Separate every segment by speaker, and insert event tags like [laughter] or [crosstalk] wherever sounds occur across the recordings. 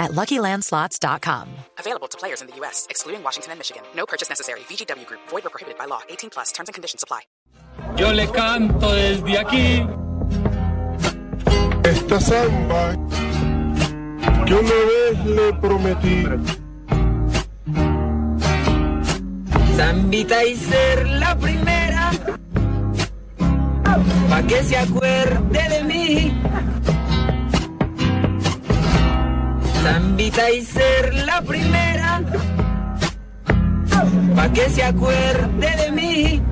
Speaker 1: at luckylandslots.com.
Speaker 2: Available to players in the U.S., excluding Washington and Michigan. No purchase necessary. VGW Group, void or prohibited by law. 18 plus terms and conditions apply.
Speaker 3: Yo le canto desde aquí.
Speaker 4: Esta samba que una vez le prometí.
Speaker 5: Zambita y ser la primera. Pa' que se acuerde de mí. Zambita y ser la primera. Pa' que se acuerde de mí.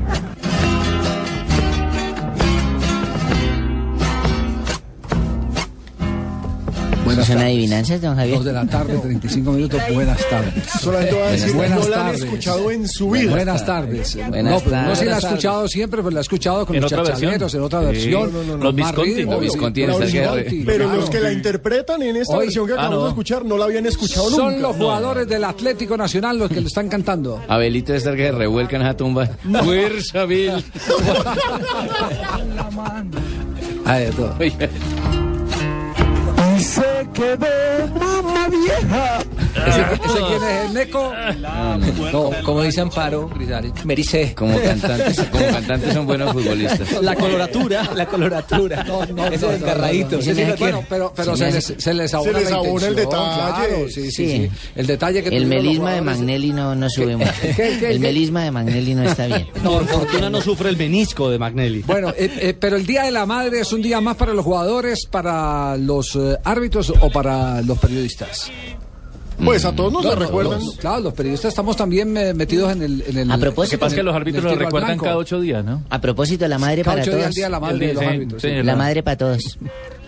Speaker 6: Bueno, Pues son adivinanzas, don Javier.
Speaker 7: Pues Dos de la tarde, 35 minutos. Buenas tardes.
Speaker 4: Solamente voy a decir que
Speaker 7: eh, Buenas
Speaker 4: no la han
Speaker 7: tardes.
Speaker 4: escuchado en su vida.
Speaker 7: Buenas tardes.
Speaker 6: Buenas
Speaker 7: no, pero no se la ha
Speaker 6: tardes.
Speaker 7: escuchado siempre, pero la ha escuchado con
Speaker 3: En
Speaker 7: los
Speaker 3: otra versión.
Speaker 7: chachaleros, en otra versión.
Speaker 3: No, no, no, no.
Speaker 7: Los
Speaker 3: Los Visconti.
Speaker 7: Marritos,
Speaker 3: Los
Speaker 6: Visconti en
Speaker 7: los
Speaker 6: Sergio
Speaker 7: Visconti,
Speaker 6: Herrera.
Speaker 4: Pero
Speaker 7: claro.
Speaker 4: los que la interpretan en esta
Speaker 7: Hoy-
Speaker 4: versión que
Speaker 3: Ah,
Speaker 4: acabamos
Speaker 3: no.
Speaker 4: de escuchar no la habían escuchado nunca.
Speaker 7: Son los jugadores del Atlético Nacional los que lo están cantando.
Speaker 6: Abelito de que se revuelca en esa tumba. Fuerza, Bill.
Speaker 4: Ah,
Speaker 7: A ver, todo.
Speaker 6: Oye,
Speaker 4: Y se quedó mamá vieja.
Speaker 7: ¿Ese, ese quién es el Neco? No, como dice Amparo, Merice.
Speaker 6: Como cantantes, como cantantes son buenos futbolistas.
Speaker 8: La coloratura, la coloratura.
Speaker 7: No, no,
Speaker 8: Ese
Speaker 7: no,
Speaker 8: es encarradito.
Speaker 7: no, no, no.
Speaker 8: Ese sí lo
Speaker 7: Bueno,
Speaker 8: tiene.
Speaker 7: pero, pero se, les, se les abona,
Speaker 4: les
Speaker 7: la
Speaker 4: abona el
Speaker 7: intención,
Speaker 4: detalle.
Speaker 7: claro, sí, sí, sí,
Speaker 6: Sí.
Speaker 7: El detalle que
Speaker 6: El
Speaker 7: tuvieron los
Speaker 6: melisma de
Speaker 7: jugadores.
Speaker 6: Magnelli no, no sube mucho.
Speaker 7: [laughs] qué, qué?
Speaker 6: El melisma de Magnelli no está bien.
Speaker 8: Por fortuna no sufre el menisco de Magnelli.
Speaker 7: Bueno, eh, eh, pero el Día de la Madre es un día más para los jugadores, para los eh, árbitros o para los periodistas.
Speaker 4: Pues a todos nos la recuerdan.
Speaker 7: Los- claro, los periodistas estamos también eh, metidos en el, en el-
Speaker 6: A propósito,
Speaker 7: en
Speaker 6: ¿Qué
Speaker 7: el-
Speaker 6: pasa
Speaker 3: Es que los
Speaker 7: en el
Speaker 3: árbitros lo
Speaker 7: tiro al
Speaker 3: recuerdan
Speaker 7: blanco.
Speaker 3: cada ocho días, ¿no?
Speaker 6: A propósito, la madre
Speaker 7: Cada
Speaker 6: para
Speaker 7: ocho días
Speaker 6: todos.
Speaker 7: el Día de la Madre
Speaker 3: El día-
Speaker 7: de los
Speaker 3: sí,
Speaker 7: árbitros. sí.
Speaker 3: señor.
Speaker 6: La madre para todos.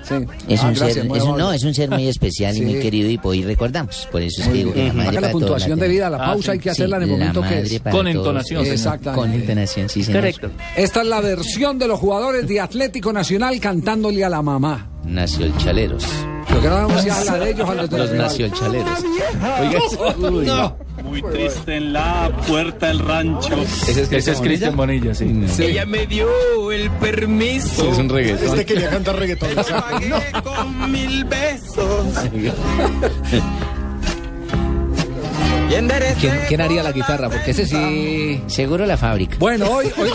Speaker 7: Sí.
Speaker 6: Es
Speaker 7: Ah,
Speaker 6: un
Speaker 7: gracias,
Speaker 6: ser,
Speaker 7: muy
Speaker 6: es un-
Speaker 7: amable.
Speaker 6: no, es un ser muy especial y muy
Speaker 7: Sí.
Speaker 6: querido y, po- y recordamos. Por eso es que digo que la madre
Speaker 7: Acá
Speaker 6: para
Speaker 7: la
Speaker 6: todos
Speaker 7: puntuación
Speaker 6: la
Speaker 7: de vida, la
Speaker 3: Ah,
Speaker 7: pausa
Speaker 3: sí.
Speaker 7: hay que
Speaker 6: Sí,
Speaker 7: hacerla en el
Speaker 6: la
Speaker 7: momento que
Speaker 6: madre
Speaker 7: es.
Speaker 6: para
Speaker 3: Con
Speaker 6: todos.
Speaker 3: entonación, señor.
Speaker 7: Exactamente.
Speaker 6: Con entonación, sí, señor.
Speaker 3: Correcto.
Speaker 7: Esta es la versión de los jugadores de Atlético Nacional cantándole a la mamá.
Speaker 6: Nació el chaleros.
Speaker 7: Lo que no vamos a la de ellos a los de
Speaker 6: Los nació el chaleros. Oiga, uy, no.
Speaker 9: Muy triste en la puerta del rancho.
Speaker 6: Ese es
Speaker 3: Ese es Cristian Bonilla, sí.
Speaker 5: Ella me dio el permiso.
Speaker 6: Es un reggaetón.
Speaker 4: Este quería cantar reggaetón. exacto.
Speaker 5: Pagué con mil besos.
Speaker 8: [laughs]
Speaker 5: Y enderecé
Speaker 8: haría la guitarra? Porque ese sí.
Speaker 6: Seguro la fábrica.
Speaker 7: Bueno, hoy, hoy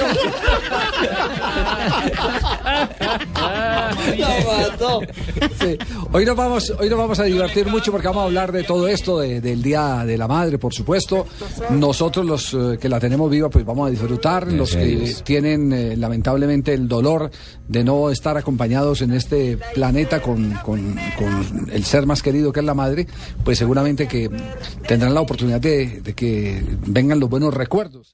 Speaker 7: Sí. Hoy nos vamos, hoy nos vamos a divertir mucho porque vamos a hablar de todo esto, de- del Día de la Madre, por supuesto. Nosotros los eh, que la tenemos viva, pues vamos a disfrutar. Los que
Speaker 6: Gracias.
Speaker 7: tienen eh, lamentablemente el dolor de no estar acompañados en este planeta con, con- con el ser más querido que es la madre, pues seguramente que tendrán la oportunidad de- de que vengan los buenos recuerdos.